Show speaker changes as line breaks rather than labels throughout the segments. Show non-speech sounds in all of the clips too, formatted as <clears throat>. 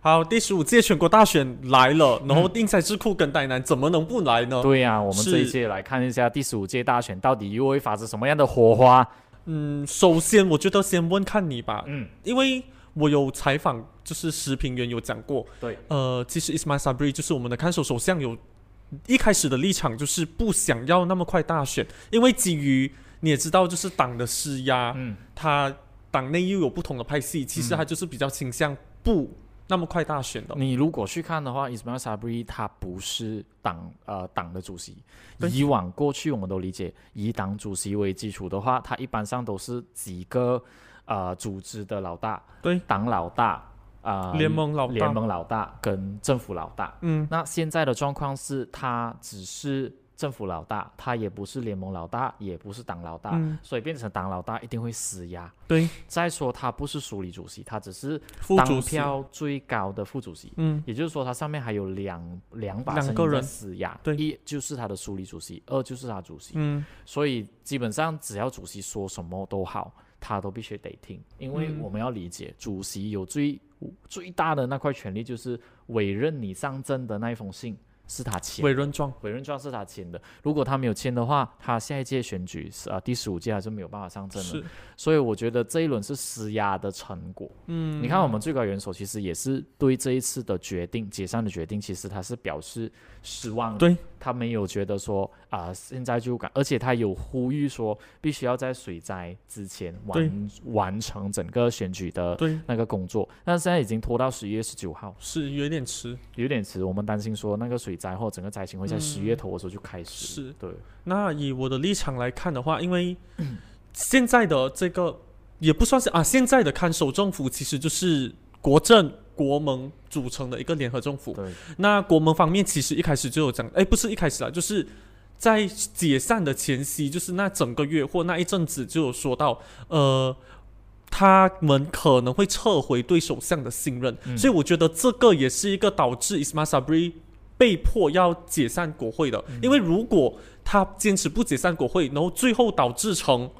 好，第十五届全国大选来了，然后英才智库跟台南怎么能不来呢？
嗯对呀、我们这一
哦是
届来看一下第十五届大选到底又会发生什么样的火花。
嗯，首先我觉得先问看你吧，
嗯，
因为我有采访，就是食评员有讲过，
对，
呃，其实 Ismail Sabri 就是我们的看守首相有一开始的立场就是不想要那么快大选，因为基于你也知道，就是党的施压，
嗯，
他党内又有不同的派系，其实
嗯
他就是比较倾向不那么快大选的。
你如果去看的话，Ismail Sabri 他不是党呃党的主席。
对
以往过去我们都理解，以党主席为基础的话，他一般上都是几个呃组织的老大，
对，
党老大啊、呃
联盟老大
联盟老大跟政府老大。
嗯，
那现在的状况是，他只是政府老大，他也不是联盟老大，也不是党老大，
嗯
所以变成党老大一定会施压。
对，
再说他不是署理主席，他只是
副
党
主席，
票最高的副主席。
嗯，
也就是说，他上面还有两两把
两
声
个
音在
人
施压，
对
一就是他的署理主席，二就是他主席。
嗯，
所以基本上只要主席说什么都好，他都必须得听，因为
嗯
我们要理解，主席有最最大的那块权利，就是委任你上阵的那一封信是他签，
委任状，
委任状是他签的。如果他没有签的话，他下一届选举是啊、第十五届还是没有办法上阵的。
是，
所以我觉得这一轮是施压的成果。
嗯，
你看，我们最高元首其实也是对这一次的决定解散的决定，其实他是表示失望的。
对，
他没有觉得说啊、现在就赶，而且他有呼吁说，必须要在水灾之前完完成整个选举的
对，
那个工作。但是现在已经拖到十一月十九号，
是有点迟。
有点迟。我们担心说那个水灾或整个灾情会在
嗯
十月头的时候就开始。
是
对，
那以我的立场来看的话，因
<clears throat>
为现在的这个也不算是啊，现在的看守政府其实就是国政国盟组成的一个联合政府。
对，
那国盟方面其实一开始就有讲，哎，不是一开始啊，就是。在解散的前夕，就是那整个月或那一阵子，就有说到，呃，他们可能会撤回对首相的信任，
嗯
所以我觉得这个也是一个导致 Ismail Sabri 被迫要解散国会的，因为如果他坚持不解散国会，然后最后导致成，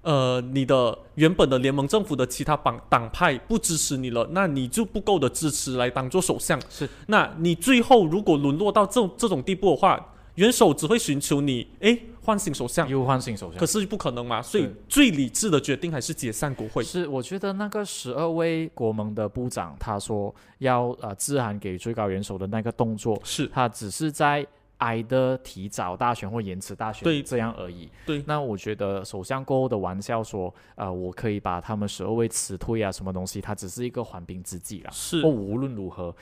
呃，你的原本的联盟政府的其他党党派不支持你了，那你就不够的支持来当做首相。
是，
那你最后如果沦落到这种这种地步的话，元首只会寻求你，诶，唤醒首相，
又换新首相
可。是不可能嘛，所以
对
最理智的决定还是解散国会。
是，我觉得那个十二位国盟的部长，他说要呃致函给最高元首的那个动作，
是，
他只是在挨的提早大选或延迟大选
对
这样而已。
对
那我觉得首相过后的玩笑说，呃，我可以把他们十二位辞退啊，什么东西，他只是一个缓兵之计啦。
是
不，无论如何，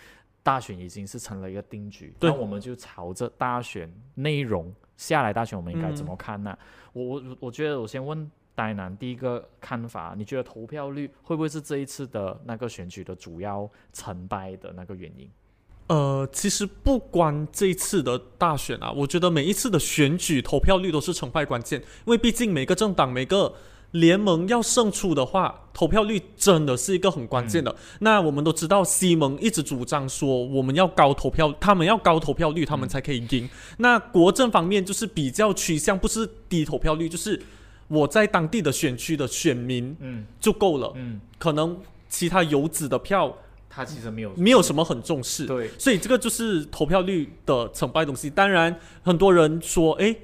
大选已经是成了一个定局，
对
那我们就朝着大选内容下来，大选我们应该怎么看呢、
嗯
我我我我觉得我先问戴南第一个看法，你觉得投票率会不会是这一次的那个选举的主要成败的那个原因？
呃，其实不关这一次的大选啊，我觉得每一次的选举投票率都是成败关键，因为毕竟每个政党、每个联盟要胜出的话，投票率真的是一个很关键的。那我们都知道，西蒙一直主张说我们要高投票，他们要高投票率，他们才可以赢。那国政方面就是比较趋向不是低投票率，就是我在当地的选区的选民
嗯
就够了，
嗯，
可能其他游子的票
他其实没有
没有什么很重视。
对
所以这个就是投票率的成败东西。当然，很多人说，诶，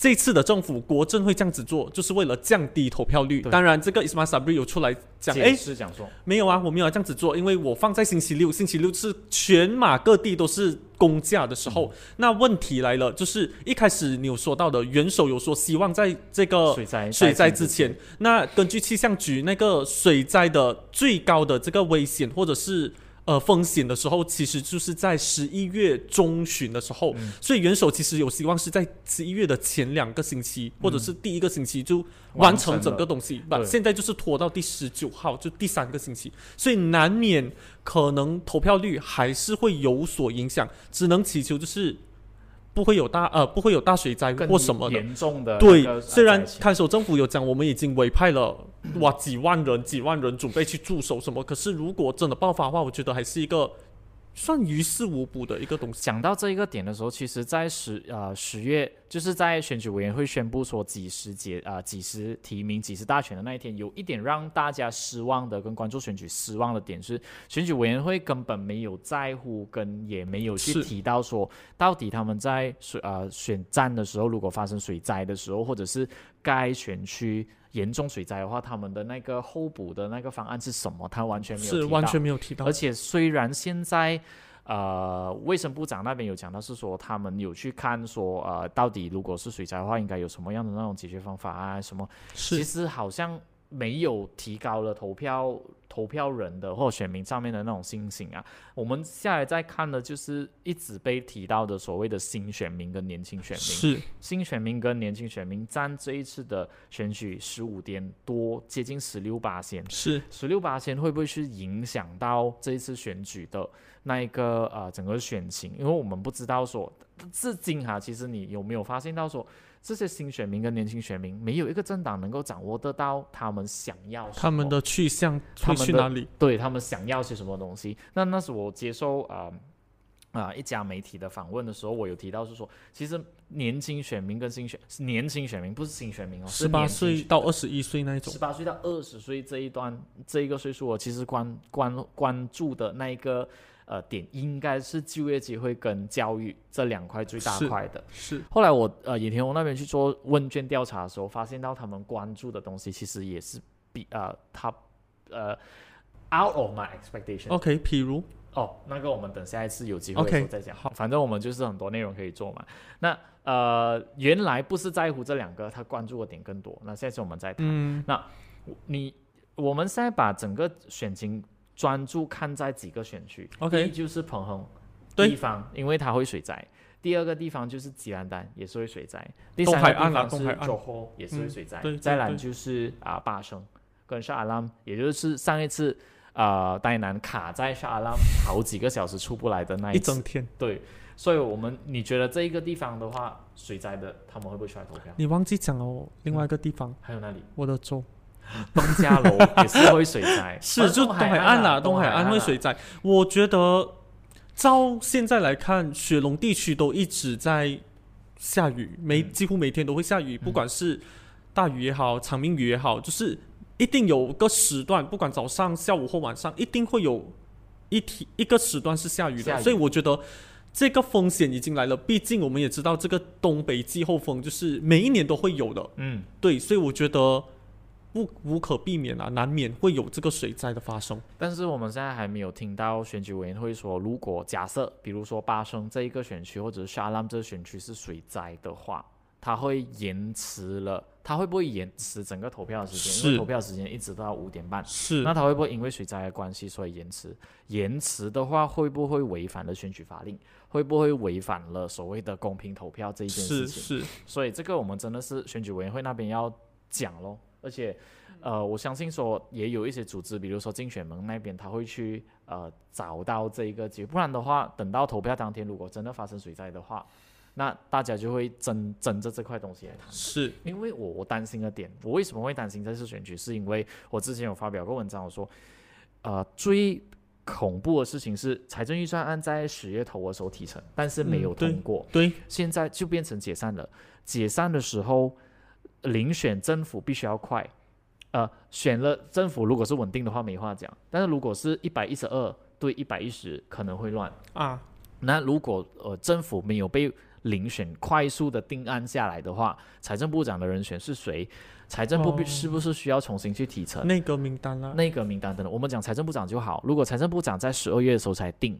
这次的政府国政会这样子做，就是为了降低投票率。
对
当然，这个 Ismail Sabri 有出来讲，
解
诶，
释讲说，
没有啊，我没有要这样子做，因为我放在星期六，星期六是全马各地都是公假的时候。
嗯
那问题来了，就是一开始你有说到的，元首有说希望在这个
水灾
哦水灾之
之
前，那根据气象局那个水灾的最高的这个危险或者是呃风险的时候，其实就是在十一月中旬的时候，所以元首其实有希望是在十一月的前两个星期、或者是第一个星期就完成整个东西，
完成了
但
对
现在就是拖到第十九号，就第三个星期，所以难免可能投票率还是会有所影响，只能祈求就是。不会有大呃，不会有大水灾
更
或什么的，
严重的那个
对，
呃
虽然
灾情
看守政府有讲，我们已经委派了哇几万人、几万人准备去驻守什么，可是如果真的爆发的话，我觉得还是一个算于事无补的一个东西。
讲到这一个点的时候，其实在十呃十月，就是在选举委员会宣布说几十节啊、呃、几十提名、几十大选的那一天，有一点让大家失望的，跟关注选举失望的点是，选举委员会根本没有在乎，跟也没有去
是
提到说，到底他们在水呃选战的时候，如果发生水灾的时候，或者是该选区。严重水灾的话，他们的那个候补的那个方案是什么？他完全没有
是
提
完
到
全没有提到
而，且虽然现在。呃，卫生部长那边有讲到是说，他们有去看说，呃，到底如果是水灾的话，应该有什么样的那种解决方法啊？什么？其
是
实好像没有提高了投票投票人的或者选民上面的那种信心啊。我们下来再看的，就是一直被提到的所谓的新选民跟年轻选民。
是
新选民跟年轻选民占这一次的选举十五点多，接近十六八线。
是
十六八千会不会去影响到这一次选举的那一个呃整个选情？因为我们不知道说，至今哈、其实你有没有发现到说，这些新选民跟年轻选民没有一个政党能够掌握得到他们想要什么
他们的去向
他
会
们
去
的
哪里？
对他们想要些什么东西。那那时我接受啊啊、一家媒体的访问的时候，我有提到是说，其实年轻选民跟新选年轻选民不是新选民哦，是
十八
年轻
岁
选
到二十一岁那一种
十，八岁到二十岁这一段这一个岁数，我其实关关关注的那一个呃点，应该是就业机会跟教育这两块最大
是
块的。
是
后来我呃野田红那边去做问卷调查的时候，发现到他们关注的东西其实也是比呃他呃 out of my expectation。
OK。譬如
哦，那个我们等下一次有机会的
OK，
时候再讲。反正我们就是很多内容可以做嘛。那呃，原来不是在乎这两个，他关注的点更多。那下次我们再谈。
嗯，
你我们现在把整个选情专注看在几个选区
OK
第一就是彭亨
对
地方，因为它会水灾；第二个地方就是吉兰丹也是会水灾；第
东
三个
海岸
地
啦
方是
东海岸嗯
Johor 也是会水灾；
对对
再来
对
就是啊巴生跟沙阿拉，也就是上一次。啊，呆男卡在沙阿拉好几个小时出不来的那
一
次，
整天，
对，所以我们你觉得这一个地方的话，水灾的他们会不会出来投票？
你忘记讲了哦。另外一个地方，
还有那里
我的州
东加楼也是会水灾，
<laughs> 是就
东
东海岸啦，
啦，
东海岸会啊
啦
水灾。我觉得照现在来看，雪龙地区都一直在下雨，每
嗯
几乎每天都会下雨，不管是大雨也好，长命雨也好，就是一定有个时段，不管早上、下午或晚上，一定会有一天一个时段是下雨
下
的。
雨
所以我觉得。这个风险已经来了，毕竟我们也知道这个东北季候风就是每一年都会有的，
嗯，
对，所以我觉得不无可避免啊，难免会有这个水灾的发生。
但是我们现在还没有听到选举委员会说，如果假设比如说巴生这一个选区或者是沙拉姆这个选区是水灾的话，它会延迟了，它会不会延迟整个投票的时间？因为
是
投票时间一直到五点半。
是
那它会不会因为水灾的关系所以延迟？延迟的话，会不会违反了选举法令？会不会违反了所谓的公平投票这一件
是
事情？
是，
所以这个我们真的是选举委员会那边要讲咯，而且，呃，我相信说也有一些组织，比如说竞选盟那边，他会去呃找到这一个机会，不然的话，等到投票当天，如果真的发生水灾的话，那大家就会争争着这块东西来谈。
是
因为我我担心的点，我为什么会担心这次选举，是因为我之前有发表过文章，我说，呃，最恐怖的事情是财政预算案在十月头的时候提成，但是没
嗯
有
对
通过。
对，
现在就变成解散了。解散的时候，遴选政府必须要快。呃，选了政府如果是稳定的话没话讲，但是如果是一百一十二对一百一十可能会乱。
啊，
那如果呃政府没有被遴选快速的定案下来的话，财政部长的人选是谁？财政部必
哦
是不是需要重新去提成？
那个名单啊啦，
内阁名单等等，我们讲财政部长就好。如果财政部长在十二月的时候才定，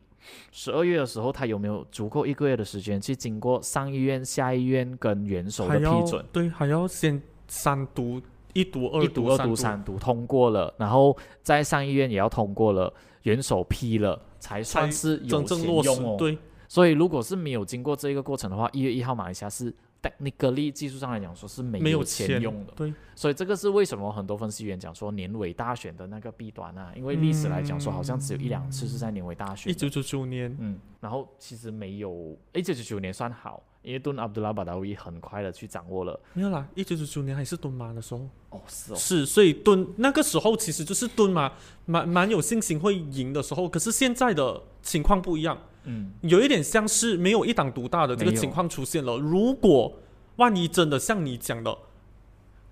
十二月的时候他有没有足够一个月的时间去经过上议院、下议院跟元首的
还要
批准？
对，还要先三读，一读、二
一读、二
读、
读、三读通过了，然后在上议院也要通过了，元首批了，才算是有
真
钱
正落实
用哦。
对，
所以如果是没有经过这个过程的话，一月一号马来西亚是 technically 技术上来讲说是没
没有
钱用的，
对，
所以这个是为什么很多分析员讲说年尾大选的那个弊端啊，因为历史来讲说好像只有一两次是在年尾大选
一
的，
九九九年，
嗯，然后其实没有，一九九九年算好，因为顿阿卜杜拉巴达维很快的去掌握了，
没有啦，一九九九年还是蹲马的时候，
哦是哦，
是，所以蹲那个时候其实就是蹲马，蛮蛮有信心会赢的时候，可是现在的情况不一样。
嗯，
有一点像是没有一党独大的这个
没有
情况出现了。如果万一真的像你讲的，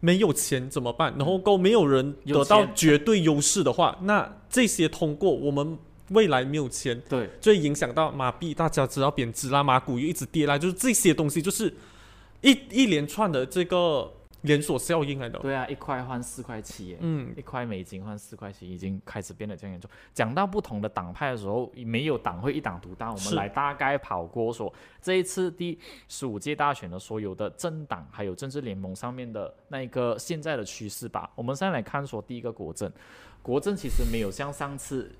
没有钱怎么办？
嗯
然后够没有人
有
得到
钱
绝对优势的话，那这些通过我们未来没有钱，
对，
就会影响到马币，大家知道贬值啦，马股又一直跌啦，就是这些东西就是一一连串的这个连锁效应来的。
对啊，一块换四块七啊耶，
嗯，
一块美金换四块七，已经开始变得这样严重。讲到不同的党派的时候，没有党会一党独大，我们
是
来大概跑过说这一次第十五届大选的所有的政党还有政治联盟上面的那一个现在的趋势吧。我们先来看说第一个国政，国政其实没有像上次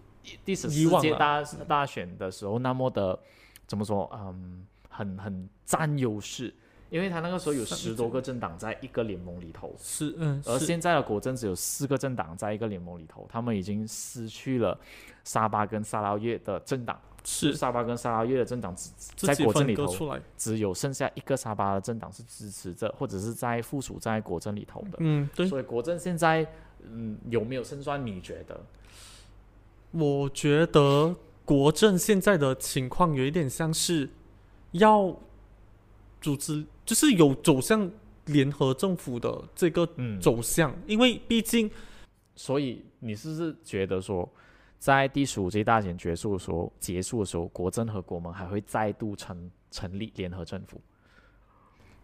第十
以
四
往
届
啊
大大选的时候那么的怎么说，嗯，很很占优势。因为他那个时候有
上一
十多个政党在一个联盟里头，
是嗯
而
是
现在的国政只有四个政党在一个联盟里头，他们已经失去了沙巴跟沙拉越的政党，
是
沙巴跟沙拉越的政党只
自
在
己
国政
分
里
割
头
出来。
只有剩下一个沙巴的政党是支持着，或者是在附属在国政里头的。
嗯，对。
所以国政现在，嗯，有没有胜算？你觉得？
我觉得国政现在的情况有一点像是要组织，就是有走向联合政府的这个
嗯，
走向，因为毕竟
所以你是不是觉得说，在第十五届大选结束的时候，结束的时候，国政和国盟还会再度成成立联合政府？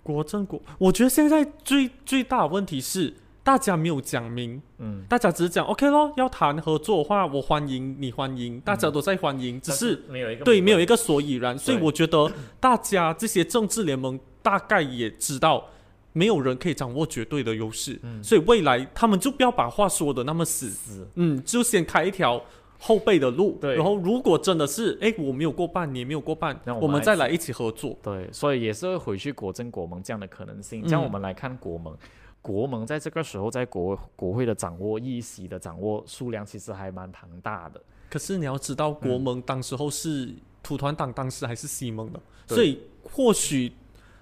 国政国，我觉得现在最最大的问题是大家没有讲明，
嗯，
大家只是讲 OK 咯，要谈合作的话，我欢迎你欢迎，大家都在欢迎，只是
没有一个
对，没有
一
一个所以然，所以
对
我觉得 <clears throat> 大家这些政治联盟大概也知道，没有人可以掌握绝对的优势，
嗯
所以未来他们就不要把话说的那么死，
死。
嗯，就先开一条后背的路，
对
然后如果真的是，哎，我没有过半，你也没有过半，
那我们
我们
来
再来一起合作，
对，所以也是会回去国政国盟这样的可能性。这样
嗯
我们来看国盟，国盟在这个时候在国国会的掌握、议席的掌握数量其实还蛮庞大的。
可是你要知道，国盟当时候是土团党，当时还是西盟的，
嗯对
所以或许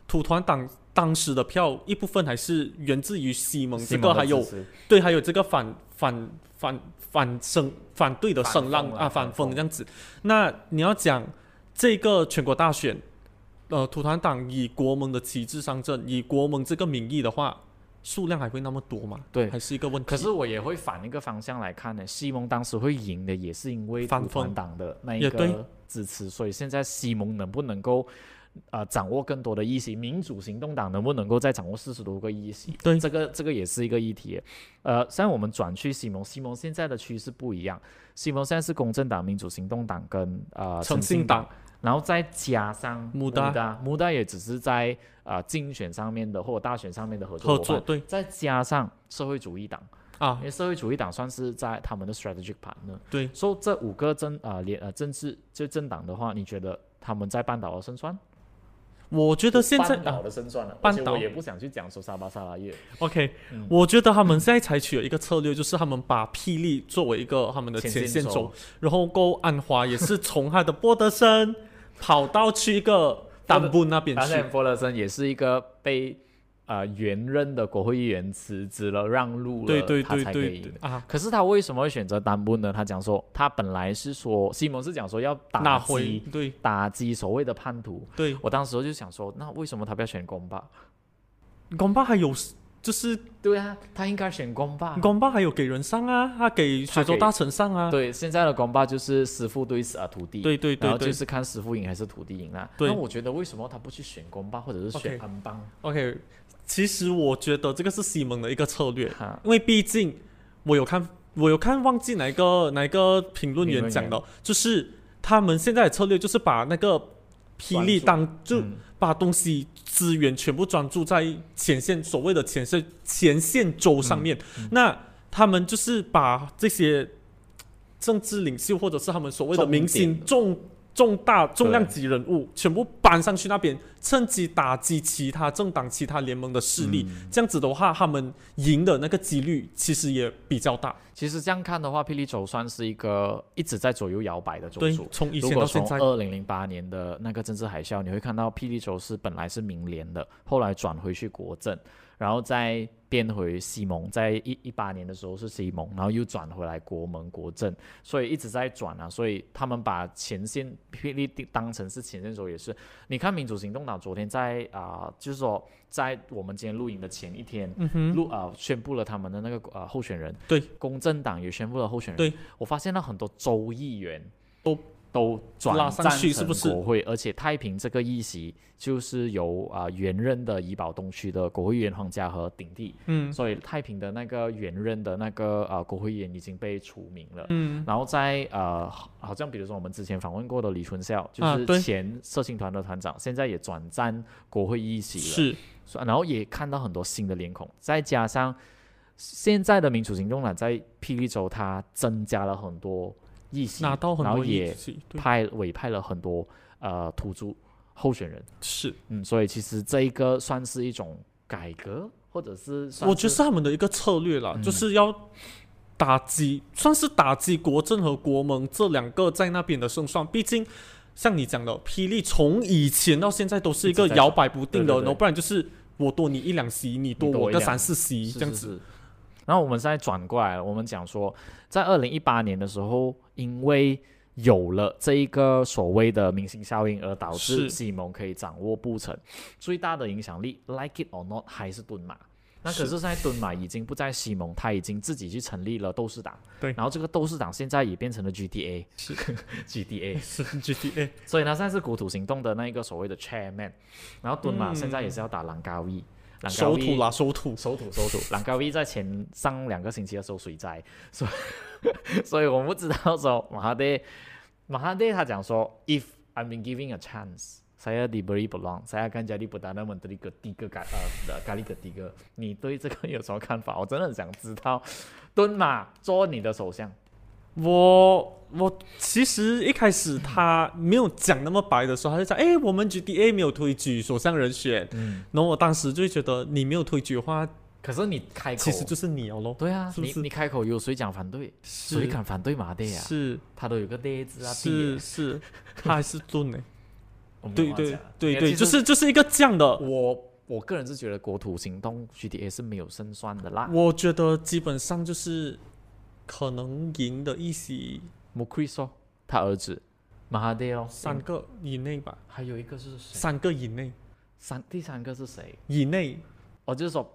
土团党当时的票一部分还是源自于西盟，
西
这
蒙
个
的
还有
支持
对，还有这个反反反反声反对的
反
声浪
风啊
啊，反
反
风
风
这样子。那你要讲这个全国大选，呃，土团党以国盟的旗帜上阵，以国盟这个名义的话，数量还会那么多吗？
对
还是一个问题。
可是我也会反一个方向来看呢，西蒙当时会赢的也是因为
反
土团
风
党的那一
也对
个支持，所以现在西蒙能不能够呃掌握更多的议席，民主行动党能不能够再掌握四十多个议席？
对
这个这个也是一个议题。呃，虽然我们转去西蒙，西蒙现在的趋势不一样，西蒙现在是公正党、民主行动党跟呃
诚
信
信党，
然后再加上穆
穆达
达，穆达也只是在呃竞选上面的或者大选上面的合作
合
伙伴
作对
再加上社会主义党。
啊
因，为社会主义党算是在他们的 strategic partner。
对
所以这五个政啊联呃政治就政党的话，你觉得他们在半岛的胜算？
我觉得现在
半
啊
岛的胜算了，
半
而且
岛
我也不想去讲说沙巴沙拉越。
，OK，、
嗯
我觉得他们现在采取了一个策略，就是他们把霹雳作为一个他们的前线
轴
轴，然后够安华也是从他的波德森跑到去一个丹布那边
当
去。
然，波勒森也是一个被呃原任的国会议员辞职了，让路了，
对对
他
对
才可
对
以赢
对。啊，
可是他为什么会选择丹布呢？他讲说，他本来是说西蒙是讲说要
拿
打
回
击
对
打击所谓的叛徒。
对，
我当时就想说，那为什么他不要选公巴？
广巴还有就是
对啊，他应该选光霸。
广巴还有给人上啊，他给雪州大臣上啊，
对，现在的光霸就是师傅对呃徒弟，
对对
然后
对对
就是看师傅赢还是徒弟赢啦。
对
那我觉得为什么他不去选光霸，或者是选
OK
安邦？
，OK，其实我觉得这个是西蒙的一个策略，
哈，
因为毕竟我有看，我有看忘记哪一个哪一个评论员讲
评论
的，哦就是他们现在的策略就是把那个霹雳当就
嗯
把东西资源全部专注在前线所谓的前线前线州上面，
嗯
那他们就是把这些政治领袖或者是他们所谓的明星重重大重量级人物全部搬上去那边，趁机打击其他政党、其他联盟的势力。
嗯
这样子的话，他们赢的那个几率其实也比较大。
其实这样看的话，霹雳州算是一个一直在左右摇摆的州
对
属，。
从以
如
前
果
到现
从
在，
二零零八年的那个政治海啸，你会看到霹雳州是本来是民联的，后来转回去国政，然后再变回西盟，在一一八年的时候是西盟，然后又转回来国盟国政，所以一直在转啊。所以他们把前线霹雳当成是前线州也是。你看民主行动党昨天在啊、就是说在我们今天录影的前一天，
嗯哼，
录啊、宣布了他们的那个呃候选人，
对，
公正党也宣布了候选人。
对，
我发现了很多州议员
都
都转
拉上
战
去
成
是不是
国会，而且太平这个议席就是由啊、原任的怡保东区的国会议员黄家和顶替，
嗯
所以太平的那个原任的那个啊国会议员已经被除名了。
嗯
然后在呃，好好像比如说我们之前访问过的李春孝，就
啊对
是前社青团的团长，现在也转战国会议席了。
是
所以然后也看到很多新的脸孔，再加上现在的民主行动党在霹雳州，它增加了很多议席，
拿到很
然后
多议
也
席，对，
派委派了很多呃土著候选人，
是，
嗯，所以其实这一个算是一种改革，或者是算
我觉得是他们的一个策略啦，就是要。打击算是打击国政和国盟这两个在那边的胜算，毕竟像你讲的，霹雳从以前到现在都是一
一
个
直在
摇摆不定的，
对对对
然后不然就是我多你一两席，你多
你多
我
一
个
两
三四席
是
这样
是
子。
是然后我们现在转过来了，我们讲说，在二零一八年的时候，因为有了这一个所谓的明星效应，而导致
是
西蒙可以掌握布城最大的影响力，like it or not，还是敦马。那可
是
是现在敦马已经不在西蒙，他已经自己去成立了斗士党。
对
然后这个斗士党现在也变成了 GTA， <laughs>
是
GTA，
是 GTA，
所以呢，现在是国土行动的那一个所谓的 chairman。然后敦马
嗯
现在也是要打兰高伊，兰高
收
伊
土啦，收土，
收土收土，兰高威在前上两个星期的时候水灾， <laughs> 所以 <laughs> 所以我们不知道说马哈德马哈德他讲说，if I've been given a chance。saya diberi peluang, saya akan jadi perdana menteri ketiga ka- eh, kali ketiga。你对这个有什么看法？我 <laughs> 真的很想知道。敦马做你的首相，
我我其实一开始他没有讲那么白的时候，他就讲，哎，我们 GTA 没有推举首相人选，
嗯，
然后我当时就会觉得你没有推举的话，
可是你开口，
其实就是你哦喽，
对啊，
是不是
你你开口有谁讲反对？谁
是
敢反对马德啊？
是
他都有个爹字啊，弟
是
耶，
是，他还是盾呢，
<laughs> 我没有
对
话
对
讲
对
哎
对，
其
就
实
是就是一个这样的。
我我个人是觉得国土行动 GTA 是没有胜算的啦。
我觉得基本上就是可能赢的一席
m u k r i s 哦，他儿子马哈迪哦，
三
嗯
个以内吧，
还有一个是谁？
三个以内
三第三个是谁？
以内
哦，就是说，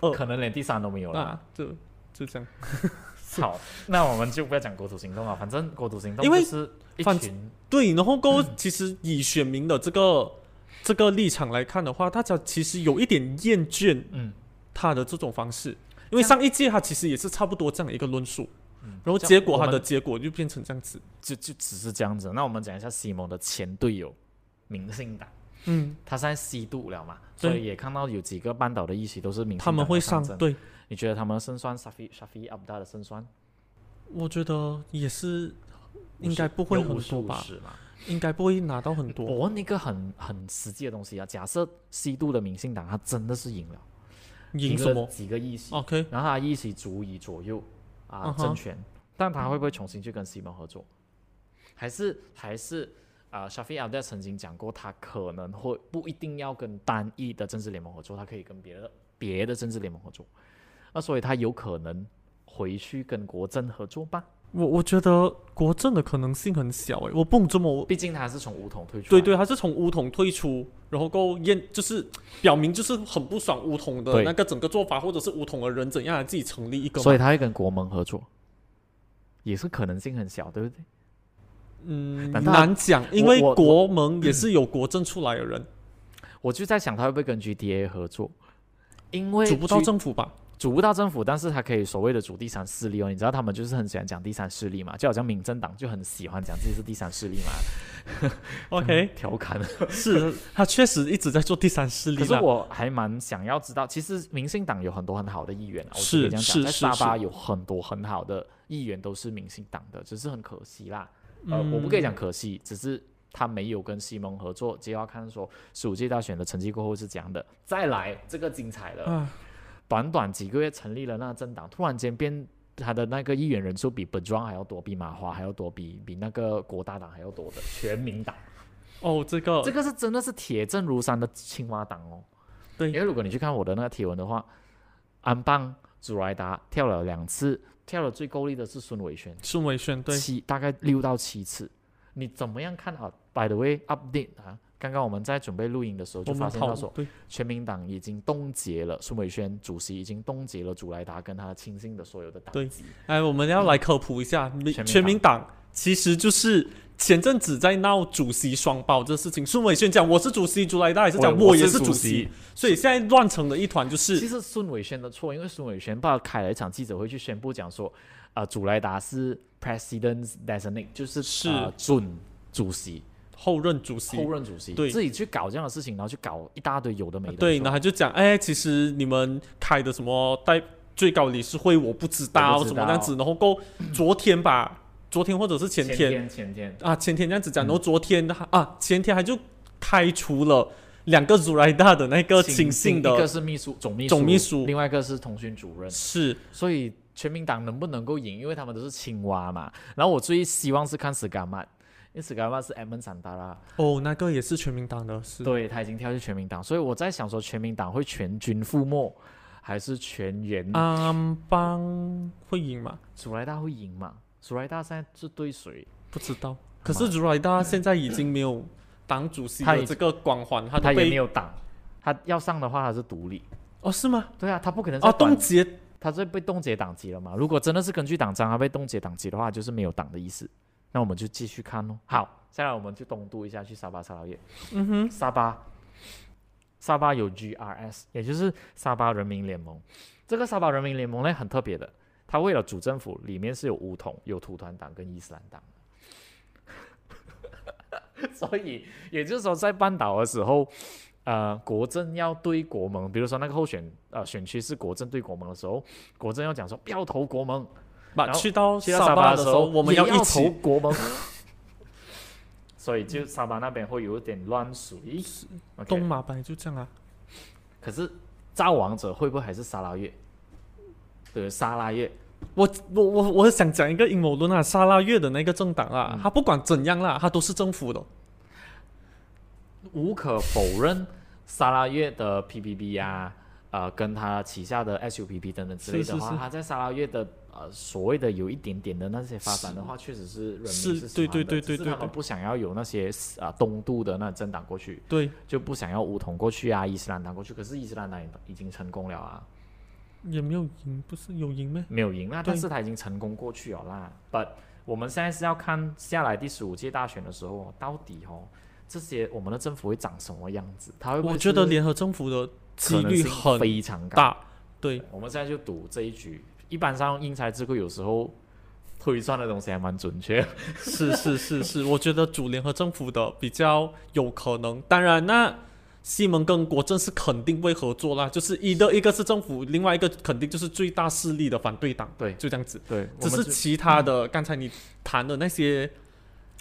二
可能连第三都没有了
啊。，就就这样。
<laughs> 好，那我们就不要讲国土行动啊，反正国土行动
因为
就是一
反
群
对，然后
嗯
过后其实以选民的这个、这个立场来看的话，大家其实有一点厌倦
嗯，
他的这种方式，因为
这样
上一届他其实也是差不多这样一个论述，
嗯
然后
这样
结果
我
他
们
的结果就变成这样子。
就就只是这样子。那我们讲一下西蒙的前队友民进党，
嗯，
他现在吸毒了嘛，所
对
以也看到有几个半岛的议席都是民进
他们
党的
会上
阵
对，
你觉得他们的胜算 Shafi Shafi Abda 的胜算？
我觉得也是应该不会很多吧，
嘛？
应该不会拿到很
我
多。
问一个很很实际的东西啊，假设西都的民进党他真的是赢了，
赢
几
什
个
么
几个议席，
？OK，
然后他议席足以左右啊、
嗯哼
政权，但他会不会重新去跟西蒙合作？还是还是啊，Shafi a b d 曾经讲过，他可能会不一定要跟单一的政治联盟合作，他可以跟别的别的政治联盟合作，那所以他有可能回去跟国政合作吧，
我我觉得国政的可能性很小欸诶、我不懂这么
毕竟他是从五统退出，
对对，他是从乌统退出，然后够验，就是表明就是很不爽乌统的
对
那个整个做法，或者是乌统的人怎样来自己成立一个嘛。
所以他会跟国盟合作，也是可能性很小，对不对？
嗯，
难道
难讲，因为
我我嗯
国盟也是有国政出来的人，
我就在想他会不会跟 GTA 合作，因为
主不到
G-
政府吧？
主不到政府，但是他可以所谓的主第三势力哦。你知道他们就是很喜欢讲第三势力嘛，就好像民政党就很喜欢讲自己是第三势力嘛嗯 <laughs>
OK，
调侃。
是他确实一直在做第三势力
可是
啦。
我还蛮想要知道，其实民进党有很多很好的议员啊，我
是
直接这样讲，
是
在
是
沙巴
是
有很多很
嗯
好的议员都是民进党的，只是很可惜啦。呃，我不可以讲可惜，只是他没有跟西蒙合作，就要看说十五届大选的成绩过后是怎样的。再来，这个精彩了，
啊，
短短几个月成立了那政党，突然间变。他的那个议员人数比本庄还要多，比马华还要多，比比那个国大党还要多的全民党，
哦，这个
这个是真的是铁证如山的青蛙党哦。
对
因为如果你去看我的那个贴文的话，安邦、祖莱达跳了两次，跳了最够力的是孙伟轩，
孙伟轩对，
七大概六到七次。你怎么样看啊？By the way, update 啊，刚刚我们在准备录音的时候
我
就发
们
现到
讨
说，
对
全民党已经冻结了孙伟轩主席已经冻结了祖莱达跟他亲信的所有的党
对
籍。
哎，我们要来科普一下，民
嗯全民
全民党其实就是前阵子在闹主席双胞这事情。孙伟轩讲我是主席，朱来大也是讲
我我
也
是
是
主
主
席，
所以现在乱成了一团，就
其
是
实孙伟轩的错，因为孙伟轩爸开了一场记者会去宣布讲说，啊、呃，祖莱达是 president designate，就是
是
呃准主席、
后任主席。
后任主席，
对
自己去搞这样的事情，然后去搞一大堆有的没的，
对，
说
然后他就讲，哎，其实你们开的什么代最高理事会，我不知
我
道
不知
什
道
么样子。然后
<clears throat>
够昨天吧，昨天或者是前
前
天
天前天，
啊，前天这样子讲，
嗯
然后昨天他啊，前天还就开除了两个朱来大的那个亲信
一个
的，
是秘书总秘书，
总秘书
另外一个是通讯主任，
是
所以全民党能不能够赢，因为他们都是青蛙嘛。然后我最希望是看史甘曼，因为史甘曼是 M 散达拉，
哦，那个也是全民党的，是
对他已经跳去全民党，所以我在想说，全民党会全军覆没，还是全员？
安邦会赢吗？
苏莱大会赢嘛？苏莱大现在是对谁？
不知道。可是朱来大现在已经没有党主席
他已
的这个光环，他都
他也没
被
有党，他要上的话他是独立。
哦是吗？
对啊，他不可能
哦，
再管
冻结
他是被冻结党籍了嘛？如果真的是根据党章，他被冻结党籍的话，就是没有党的意思。那我们就继续看咯。好，下来我们就东渡一下去沙巴沙劳越。嗯哼，沙巴，沙巴有 GRS，也就是沙巴人民联盟。这个沙巴人民联盟呢很特别的，它为了主政府，里面是有巫统、有土团党跟伊斯兰党。 <laughs> 所以也就是说，在半岛的时候，呃，国政要对国盟，比如说那个候选呃选区是国政对国盟的时候，国政要讲说不要投国盟，
吧？
然后
去到
去到
沙
巴
巴的时
时候
候，我们
也要
一
投
起
国盟， <laughs> 所以就沙巴那边会有点乱水。
东
OK，
马本来就这样啊。
可是造王者会不会还是沙拉越？对，沙拉越
我我我我想讲一个阴谋论啊，沙拉越的那个政党啊，
嗯
他不管怎样啦，他都是政府的。
无可否认，沙拉越的 PPB 呀、呃，跟他旗下的 SUPP 等等之类的话，
是是是
他在沙拉越的呃所谓的有一点点的那些发展的话，确实是人民
是
喜欢的
对对对对
只是他
对
们
对
不想要有那些啊、呃东渡的那政党过去，
对，
就不想要武统过去啊，伊斯兰党过去。可是伊斯兰党已经成功了啊，
也没有赢，不是有赢咩？
没有赢啦，
对
但是他已经成功过去了啦。But 我们现在是要看下来第十五届大选的时候哦，到底哦这些我们的政府会长什么样子？他会不会
我觉得
是
联合政府的几
可能
率
性
很
非常高。
大。对，
我们现在就赌这一局，一般上因材智库有时候推算的东西还蛮准确。
是是是是，我觉得主联合政府的比较有可能。当然，那西蒙跟国政是肯定会合作啦，就是一的一个是政府，另外一个肯定就是最大势力的反对党，
对
就这样子。
对，
只
我
是
们就嗯
其他的，刚才你谈的那些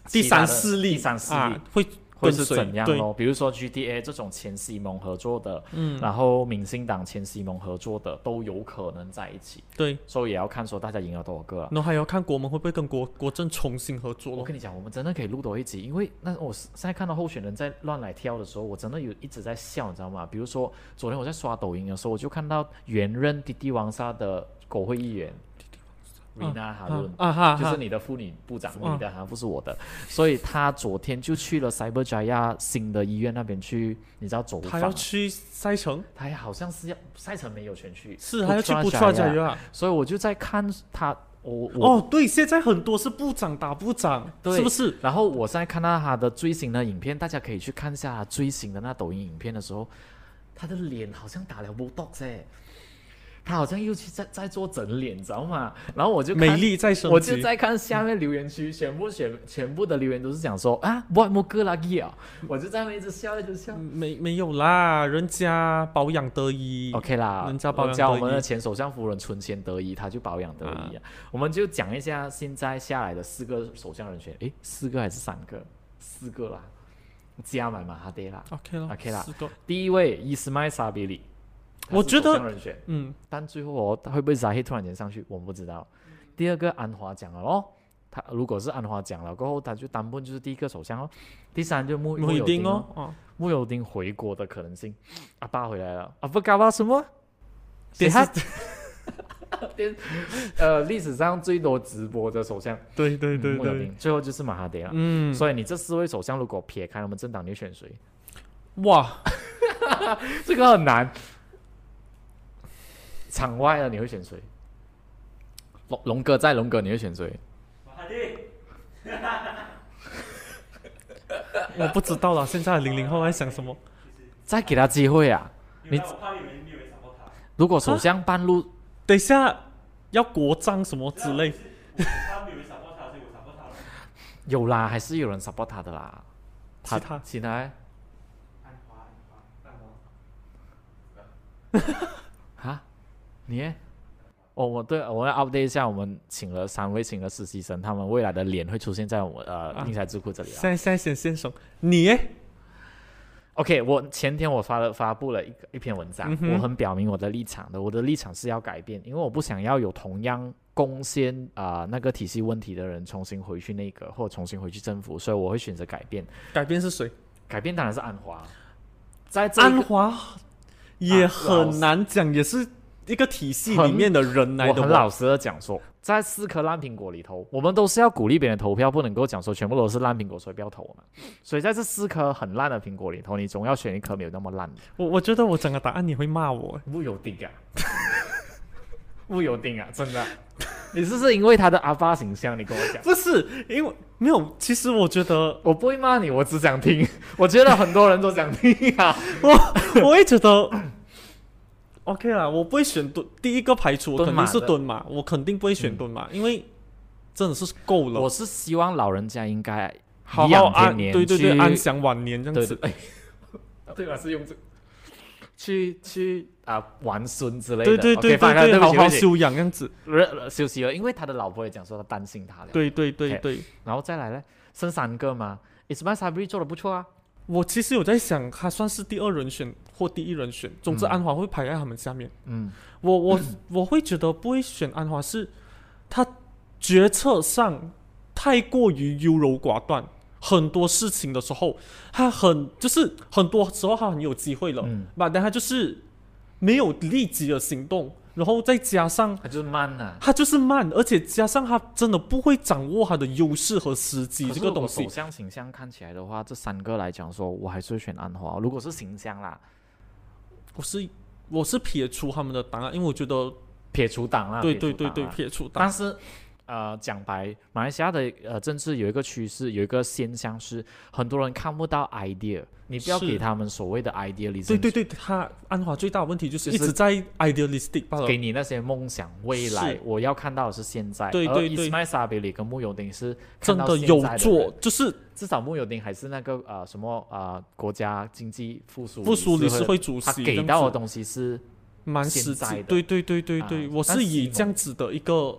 第
其他
三
的
势力，
第三势力
啊，会
会
跟
是
随
怎样
对
咯？比如说 GTA 这种前西蒙合作的，
嗯，
然后民进党前西蒙合作的都有可能在一起，
对。
所以也要看说大家赢了多少个啊。
然后还要看国盟会不会跟国国政重新合作
我
咯。
跟你讲，我们真的可以录多一集，因为那我现在看到候选人在乱来挑的时候，我真的有一直在笑，你知道吗？比如说昨天我在刷抖音的时候，我就看到原任滴滴王沙的国会议员
王
Rina 哈
啊
伦。
啊哈，
就是
哈
你的妇女部长，
啊
你的哈不是我的，所以他昨天就去了 Cyberjaya 新的医院那边去，你知道走
他
访
要，去赛程，
他好像是要赛程没有全去，
是还要去布
刷
萨加约啊。
所以我就在看他，我我
哦，对，现在很多是部长打部长，
对
是不是？
然后我现在看到他的最新的影片，大家可以去看一下他最新的那抖音影片的时候，他的脸好像打了 Botox 哎，他好像又去在在做整脸，你知道吗？然后我就看
美，丽再升级，
我就在看下面留言区，全部全全部的留言都是讲说啊，what more g o o l g 啊， <laughs> 我就在那边一直笑一直笑。
没没有啦，人家保养得宜。
OK 啦，
人家保养
人家我
得
们的
宜啊
前首相夫人存钱得宜，他就保养得宜啊。我们就讲一下现在下来的四个首相人选，诶，四个还是三个？四个啦，加满马哈迪啦。
OK 啦
OK 啦
四个，
第一位伊斯麦沙比里，
我觉得
他是首相人选，
嗯，
但最后哦，他会不会扎黑突然间上去，我们不知道。第二个安华讲了哦，他如果是安华讲了过后，他就担任就是第一个首相哦。第三就是穆
穆
尤
一丁
丁
哦，，哦，
穆尤丁回国的可能性，阿爸回来了，阿不嘎巴什么？
等
等
一
下
下，
呃，历史上最多直播的首相，
对对对
穆尤
对
丁，，最后就是马哈迪了。
嗯，
所以你这四位首相，如果撇开他们政党，你会选谁？
哇，
这个很难。场外的你会选谁？龙龙哥在，龙哥你会选谁？
我不知道啦，现在零零后在想什么？
再给他机会啊！你如果首相半路，
等一下要国葬什么之类，
有啦，还是有人 support 他的啦。
其他
起来。啊，你耶？哦，我对我要 update 一下，我们请了三位请了实习生，他们未来的脸会出现在我们呃
啊
英才智库这里啊
现。在现在先先生，你耶
OK，我前天我发了发布了一个一篇文章
嗯，哼
我很表明我的立场的，我的立场是要改变，因为我不想要有同样攻先啊、那个体系问题的人重新回去那个或重新回去政府，所以我会选择改变。
改变是谁？
改变当然是安华，在这一个
安华
啊
也很难讲，也是一个体系里面的人来
我
的
很
吧。
老实的讲说，在四颗烂苹果里头，我们都是要鼓励别人投票，不能够讲说全部都是烂苹果，所以不要投我们。所以在这四颗很烂的苹果里头，你总要选一颗没有那么烂的。
我我觉得我整个答案你会骂我，
木有定啊， <laughs> 木有定啊，真的啊。你是不是因为他的阿巴形象？你跟
<laughs>
我讲，
不是因为没有。其实我觉 <laughs> 得
我不会骂你，我只想听。我觉得很多人都想听啊，
我会觉得 OK 啦，我不会选蹲第一个排除，我
蹲
肯
马
定是
的嗯
蹲马，我肯定不会选蹲马，因为真的是够了。
我是希望老人家应该
好好
颐养
安
天，年，
对对对，
去
安享晚年这样
对
子哎
对。对啊吧？是用这去去啊玩孙之类的，
对对
OK，
对
放开
对，
对不
好
起
好
对不起
修养这样子。
呃休息了，因为他的老婆也讲说他担心他了，
对对对
OK
对，
然后再来呢，生三个嘛，Ismail Sabri 做的不错啊，
我其实有在想，他算是第二人选或第一人选，总之
嗯
安华会排在他们下面。
嗯，
我我我会觉得不会选安华是，他决策上太过于优柔寡断，很多事情的时候他很就是很多时候他很有机会了，
嗯
吧、但他就是没有立即的行动，然后再加上
他就是慢啊呐、
他就是慢，而且加上他真的不会掌握他的优势和时机
可
这
是
个
如
东
果
西
首。相形象看起来的话，这三个来讲说，我还是会选安华。如果是形象啦，
我是我是撇除他们的答案，因为我觉得
撇除党啦，
对
啊撇
对
除
对
党
对
啦
撇除答案。
但是，呃，讲白，马来西亚的呃政治有一个趋势，有一个现象是，很多人看不到 idea，你不要
是
给他们所谓的 idea 理
对对对，他安华最大的问题就是
就
一
是
直在 idealistic 罢了。
给你那些梦想未来
是，
我要看到的是现在。
对对对
伊斯麦沙比里跟穆尤丁是
真
看到
的
现
有
在的
做
人，，
就是
至少穆尤丁还是那个呃什么呃国家经济复苏
不输理事
事
会主
他
席
给到的
的
东西是
蛮
现
实
在
际
的，
对对对对
啊
对，我
但
是
是
以
哦
这样子的一个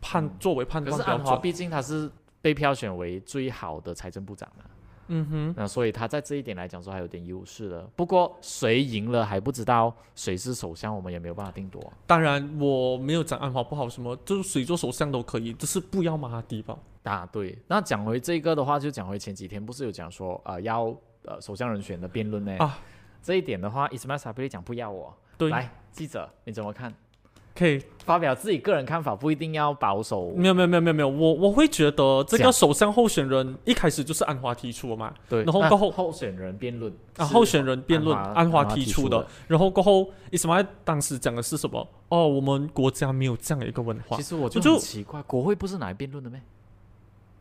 判
嗯
作为判
可
断
是
标
安华
准。
毕竟他是被票选为最好的财政部长嘛，
嗯哼，
那所以他在这一点来讲说还有点优势的。不过谁赢了还不知道，谁是首相我们也没有办法定夺。
当然我没有讲安华不好，什么就是谁做首相都可以，就是不要马哈迪吧。
啊，对。那讲回这个的话，就讲回前几天不是有讲说呃要呃首相人选的辩论呢？
啊，
这一点的话，Ismail Sabri 讲不要我。
对，
来记者你怎么看？
可以，
发表自己个人看法，不一定要保守。
没有没有没有没有没有，我我会觉得这
这
个
样
首相候选人一开始就是安华提出的嘛，
对，
然后
那
过后
候选人辩论
啊，
是
候选人辩论
安华
安华
安华
提
提
出
出
的
的，
然后过后伊斯玛当时讲的是什么？哦，我们国家没有这样的一个文化
其，实我就
我就
很奇怪，国会不是拿来辩论的咩？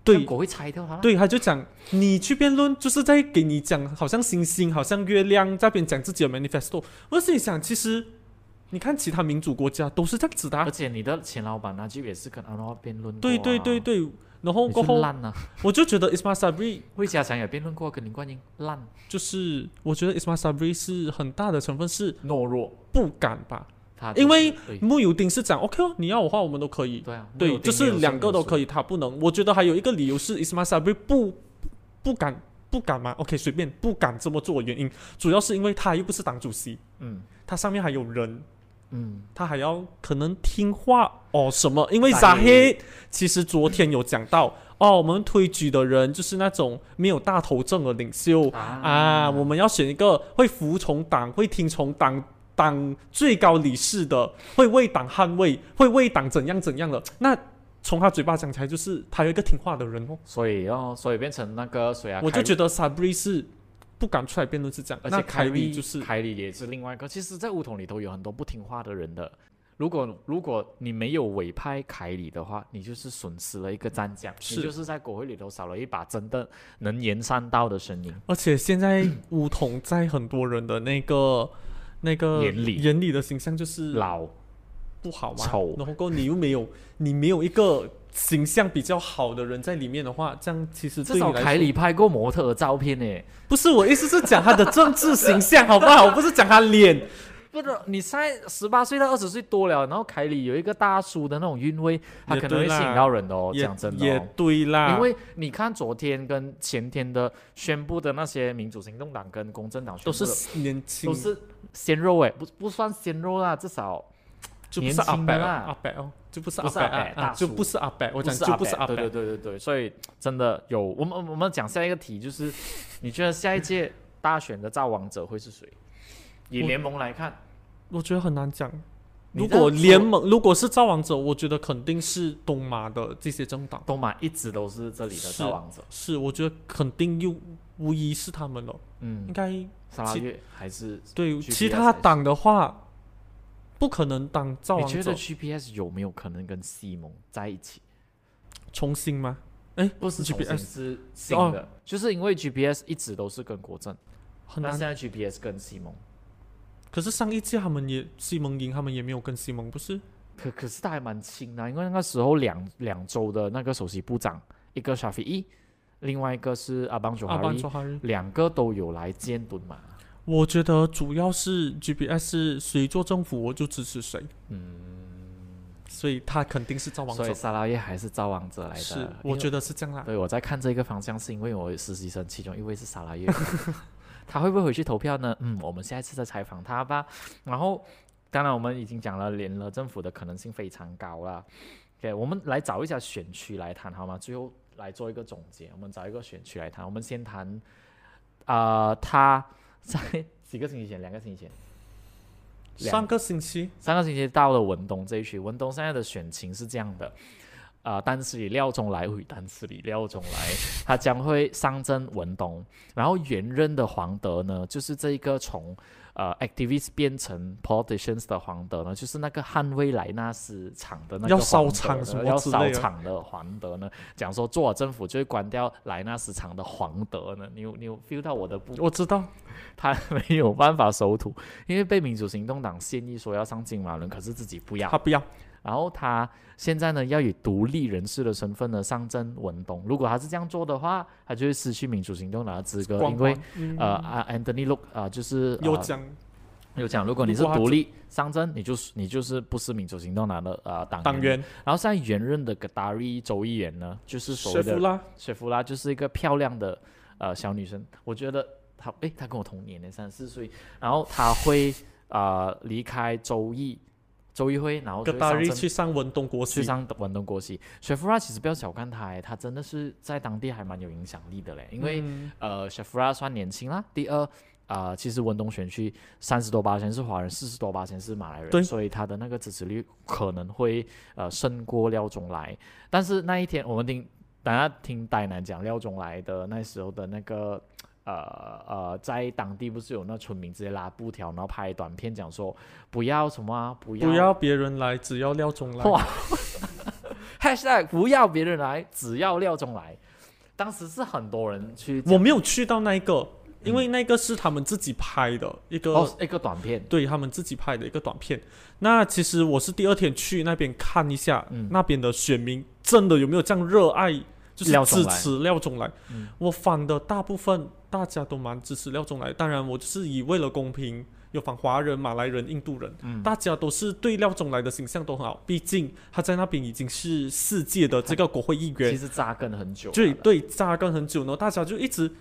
对
让，国会拆掉它啦。
对，他就讲你去辩论，就是在给你讲，好像星星，好像月亮，在那边讲自己的 manifesto。我心里想，其实你看其他民主国家都是这样子的、啊
而，且你的前老板那就也是跟安华辩论过啊、
对对对对。然后
你
过
去
后，
烂啊！
我就觉得 Isma Sabri
魏家强也辩论过，啊跟林冠英烂
就是，我觉得 Isma Sabri 是很大的成分是
懦弱，
不敢吧。
他
因为
对
穆尤丁是讲 OK 哦，你要我画我们都可以，
对啊，
对，就是两个都可
以。
以，他不能。我觉得还有一个理由是 Isma Sabri 不不敢不敢嘛？OK，随便不敢这么做，原因主要是因为他又不是党主席，
嗯
他上面还有人，
嗯，
他还要可能听话哦什么？因为
在
扎黑其实昨天有讲到哦，我们推举的人就是那种没有大头症的领袖
啊
啊，我们要选一个会服从党、会听从党、党最高理事的，会为党捍卫、会为党怎样怎样的。那从他嘴巴讲起来，就是他有一个听话的人哦。
所以哦，所以变成那个谁啊？
我就
凯
觉得 Sabri 是不敢出来辩论是这样，
而
那
且
凯
莉
里就是
凯里也是另外一个。其实，在乌统里头有很多不听话的人的。如果如果你没有委派凯里的话，你就是损失了一个战将，
是
你就是在国会里头少了一把真的能言善道的声音。
而且现在梧桐在很多人的那个那个
眼里
眼里的形象就是
老
不好嘛，啊
丑
然后过后你又没有你没有一个形象比较好的人在里面的话，这样其实对
至
你
少
来
凯
说
里拍过模特儿照片呢。
不是我意思是讲他的政治形象好不好？我不是讲他脸，
不是，你现在十八岁到二十岁多了，然后凯里有一个大叔的那种韵味，他
也
可能
对
会吸
啦
引到人的哦。
也
讲真的、
也
哦，
对啦，
因为你看昨天跟前天的宣布的那些民主行动党跟公正党宣
都
布的
是年轻，
都是鲜肉哎，不不算鲜肉啦，至少
就不是阿
年轻的
伯
啦
阿伯哦，就不是
不
阿
是
伯
阿伯
啊啊，
大叔
就不是阿伯，我讲
不是
就不是阿伯
伯，对，对对对对，所以真的有我们我们讲下一个题，就是你觉得下一届大选的造王者会是谁？以
我
联盟来看，
我觉得很难讲。
你
如
这样
果
说
联盟如果是造王者，我觉得肯定是东马的这些政党，
东马一直都是这里的
是
造王者，
是我觉得肯定又无疑是他们了。应
嗯，
该
沙拉
其
越还是
对
GPS
其他党的话，不可能当造
你
王
觉得
者
GPS 有没有可能跟西蒙在一起？
重新吗？哎，
不是重新
GPS
是新
哦
的，就是因为 GPS 一直都是跟国政，
很
那
难
现。在 GPS 跟西蒙。
可是上一届他们也西蒙赢，他们也没有跟西蒙不是？
可可是他还蛮轻的啊，因为那个时候两两州的那个首席部长，一个沙菲伊，另外一个是阿邦佐
阿
哈
班
利
说，哈日，
两个都有来监督嘛。
我觉得主要是 GPS 谁做政府我就支持谁，嗯，所以他肯定是造王
所以
者，
沙拉耶还是造王者来的。
是我觉得是这样啦
得。对我在看这个方向，是因为我有实习生其中一位是沙拉耶，他会不会回去投票呢？嗯，我们下一次再采访他吧。然后，当然我们已经讲了联合政府的可能性非常高了。OK，我们来找一下选区来谈好吗？最后来做一个总结，我们找一个选区来谈。我们先谈，呃，他在 <laughs> 几个星期前，两个星期前，两
上个星期
上个星期到了文东这一区，文东现在的选情是这样的，啊、单词里廖中来回，单词里廖中来，他将会上阵文东，然后原任的黄德呢，就是这一个从呃 activist 变成 politicians 的黄德呢，就是那个捍卫莱纳斯场的那个
要烧
黄德
场
呢
什么
要
之类
烧
的
场的黄德呢，讲说做了政府就会关掉莱纳斯场的黄德呢，你有你有 feel 到我的不
我知道，
他 <laughs> 没有办法守土，因为被民主行动党建议说要上金马伦，可是自己不要
他。不要，
然后他现在呢，要以独立人士的身份呢上阵文东。如果他是这样做的话，他就会失去民主行动党的资格，
光
因为
环嗯
呃啊，Anthony Look 啊、就是、
有
呃
讲
有讲，如果你是
如果他
独立上阵，你就是你就是不是民主行动党的呃党
党员
然后现在原任的 g a d a r i 州议呃员呢，就是所
舍
谓的
夫拉，
雪芙拉就是一个漂亮的呃小女生，我觉得她诶，她跟我同年呢，三四岁，然后她会啊离开周易周议会，然后
格
就会
达
上
利
政
去上文东国
去
旗，
上广东国旗。雪芙拉其实不要小看她诶，她真的是在当地还蛮有影响力的嘞，因为、
嗯
呃雪芙拉算年轻啦，第二。啊、其实文东选区三十多八千是华人，四十多八千是马来
对
人，所以他的那个支持率可能会呃胜过廖仲来。但是那一天我们听大家听戴南讲廖仲来的那时候的那个呃呃，在当地不是有那村民直接拉布条，然后拍短片讲说不要什么、啊，不要
不要别人来，只要廖中来。
哇 hashtag 不要别人来，只要廖仲来。当时是很多人去
我没有去到那一个，因为那个是他们自己拍的一个，
嗯哦一个短片，
对他们自己拍的一个短片。那其实我是第二天去那边看一下，
嗯
那边的选民真的有没有这样热爱，就是
廖
支
仲来
持廖仲来
嗯。
我反的大部分大家都蛮支持廖仲来。当然，我就是以为了公平，有反华人、马来人、印度人，
嗯
大家都是对廖仲来的形象都很好。毕竟他在那边已经是世界的这个国会议员
其，实扎根很久了
对
啦，
对，扎根很久呢，大家就一直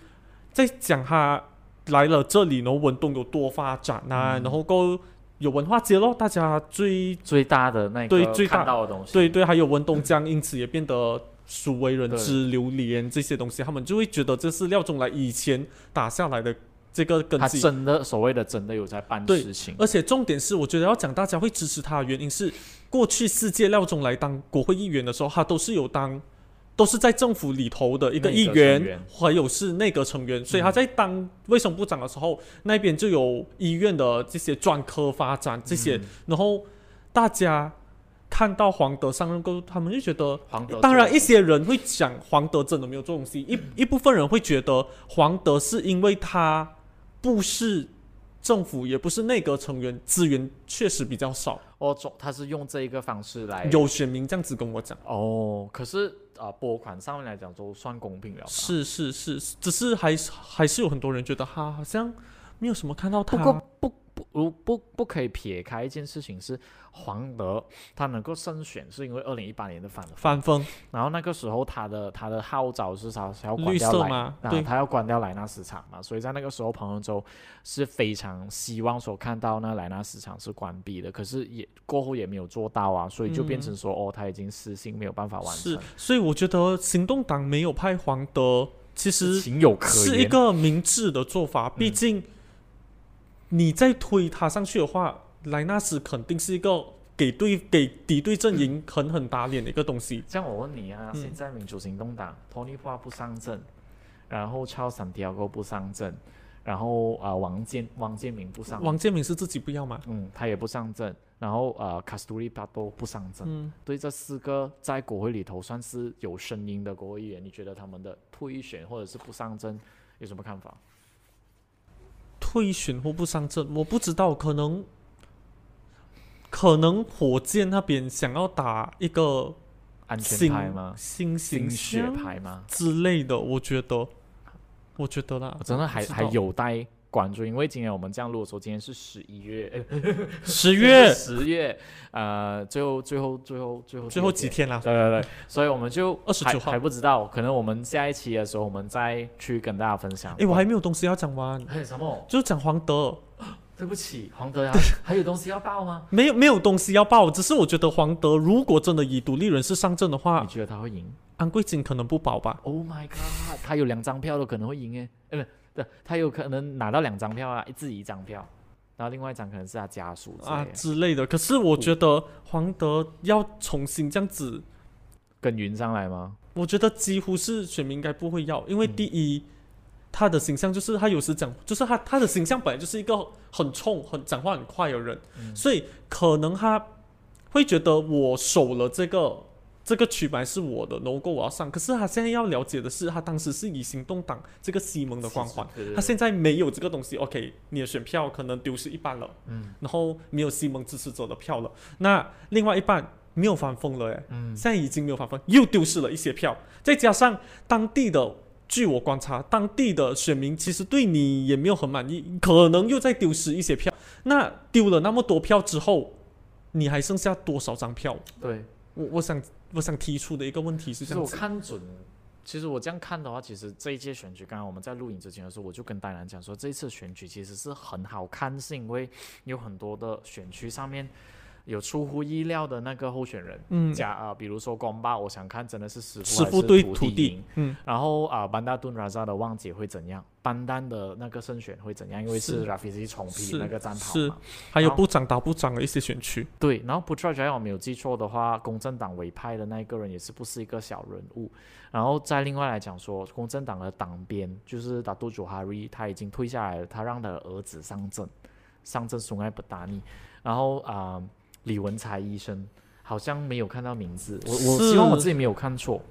在讲他来了这里，然后文东有多发展啊，
嗯
然后够有文化街咯，大家最
最大的那个
对最大
看到的东西，
对对，还有文东江，因此也变得鲜为人知，榴莲这些东西，他们就会觉得这是廖仲来以前打下来的这个根
他
基。
真的所谓的真的有在办
对
事情，
而且重点是，我觉得要讲大家会支持他的原因是，过去世界廖仲来当国会议员的时候，他都是有当，都是在政府里头的一个议
内阁成
员
员，
还有是内阁成员，所以他在当卫生部长的时候，那边就有医院的这些专科发展这些，
嗯
然后大家看到黄德上任过后，他们就觉得。
黄德
当然，
做
一些人会讲黄德真的没有做东西，一一部分人会觉得黄德是因为他不是政府，也不是内阁成员，资源确实比较少。
哦，总他是用这一个方式来
有选民这样子跟我讲，
哦，可是啊、呃拨款上面来讲都算公平了吧，
是是是，只是还是还是有很多人觉得他好像没有什么看到他。
不过不不如不不可以撇开一件事情是黄德他能够胜选是因为二零一八年的反腐，
翻风
然后那个时候他的他的号召是他要关
绿
掉
色
莱
嘛，
啊
对，
他要关掉莱纳市场嘛，所以在那个时候，彭亨州是非常希望说看到那莱纳市场是关闭的，可是也过后也没有做到啊，所以就
嗯
变成说、哦，他已经失信，没有办法完成
是，，所以我觉得行动党没有派黄德，其实
情有可原，
是一个明智的做法，毕竟你再推他上去的话，莱纳斯肯定是一个给对给敌对阵营狠狠打脸的一个东西。
这样我问你啊，
嗯
现在民主行动党 Tony p a 不上阵，然后 Charles Santiago 不上阵，然后啊、呃王建王建民不上，
王建民是自己不要嘛？
嗯，他也不上阵，然后呃 Casturi p a t o 不上阵，
嗯，
对这四个在国会里头算是有声音的国会议员，你觉得他们的退选或者是不上阵有什么看法？
退选或不上阵，我不知道，可能可能火箭那边想要打一个
安全
新
派吗？
新
新
形
血
象
派吗？
之类的，我觉得，我觉得啦
<laughs> 我，哦真的还
不知道
还有待关注，因为今天我们这样录的时候，今天是十一月，哎
十月
十月，呃，最后最后最后最后
最后几。天啦，
对对对，所以我们就
29
还
号
还不知道，可能我们下一期的时候，我们再去跟大家分享。
诶，我还没有东西要讲完，
哎什么？
就讲黄德。
对不起，黄德呀，还有东西要报吗？
没有没有东西要报，只是我觉得黄德如果真的以独立人士上阵的
你
话，
觉得他会赢？
安贵金可能不保吧。
Oh my god！他有两张票都可能会赢诶，呃，不对，他有可能拿到两张票啊，自己一张票，然后另外一张可能是他家属之类
啊
的，
之类的，可是我觉得黄德要重新这样子，
跟云上来吗？
我觉得几乎是选民应该不会要，因为第
嗯
一，他的形象就是他有时讲，就是他他的形象本来就是一个很冲、很讲话很快的人，
嗯
所以可能他会觉得我守了这个这个曲牌是我的，然后我要上。可是他现在要了解的是，他当时是以行动党这个西蒙的光环，
对，对
他现在没有这个东西，OK，你的选票可能丢失一半了，
嗯
然后没有西蒙支持者的票了，那另外一半没有反风了，哎，
嗯
现在已经没有反风，又丢失了一些票，再加上当地的。据我观察，当地的选民其实对你也没有很满意，可能又在丢失一些票。那丢了那么多票之后，你还剩下多少张票？
对，
我我想我想提出的一个问题是
其
这
实
样
我
子，
看准，其实我这样看的话，其实这一届选举，刚刚我们在录影之前的时候，我就跟戴南讲说，这一次选举其实是很好看，是因为有很多的选区上面有出乎意料的那个候选人。
嗯，
加啊、比如说光霸，我想看真的是师傅
师
还
傅
是
对
徒
徒
弟
弟，嗯，
然后啊，班达顿拉扎的旺姐会怎样？班丹的那个胜选会怎样？因为
是
是 Rafizi 重
是
批那个战袍
是
嘛。
还有
好
部长打部长的一些选区，
对，然后不知道只要我没有记错的话，公正党委派的那一个人也是不是一个小人物。然后再另外来讲说，公正党的党鞭就是达杜祖哈瑞，他已经退下来了，他让他的儿子上阵，上阵苏埃布达尼。然后啊、李文才医生好像没有看到名字，我我
是
希望我自己没有看错。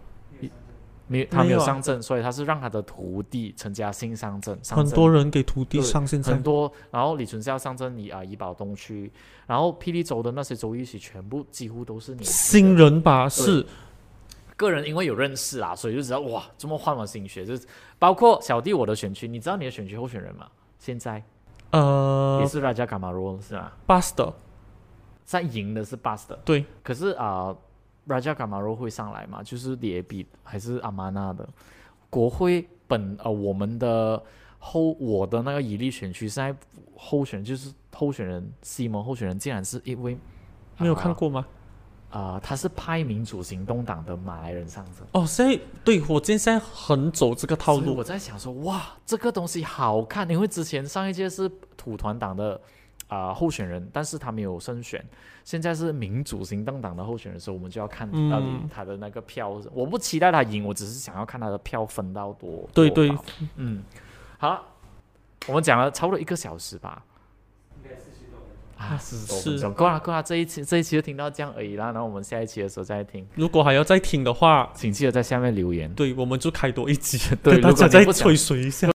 没，他没
没有
有
啊
上阵，所以他是让他的徒弟陈嘉欣上阵，上
很
阵
多人给徒弟
对
上现在
很多，然后李纯孝上阵，你啊怡保东区，然后霹雳州的那些州议席全部几乎都是你，
新人吧，是
个人因为有认识啊，所以就知道哇，这么换我心血，就是包括小弟我的选区，你知道你的选区候选人吗？现在也
呃
是 Raja k a m a r o 是吧？
，Bus 的，
啊在赢的是 Bus 的，
对，
可是啊、r a j a k a m a r o 会上来嘛？就是 d a b 还是阿玛纳的国会本呃我们的候我的那个以利选区现在候选就是候选人西蒙候选人竟然是一位
没有看过吗？
啊、呃他是派民主行动党的马来人上阵。
哦，所以对火箭现在很走这个套
所以
路
我在想说，哇，这个东西好看，因为之前上一届是土团党的啊、候选人，但是他没有胜选，现在是民主行动党的候选人，所以我们就要看到底
嗯
他的那个票。我不期待他赢，我只是想要看他的票分到多。
对
多
对
高，嗯，好了，我们讲了差不多一个小时吧。啊，四十多分
是
钟，够了够了，这一期这一期就听到这样而已啦。然后我们下一期的时候再听，
如果还要再听的话，
请记得在下面留言。
对，我们就开多一集，
对
<laughs> 跟大
如果
家
你
再
不想
吹水一下。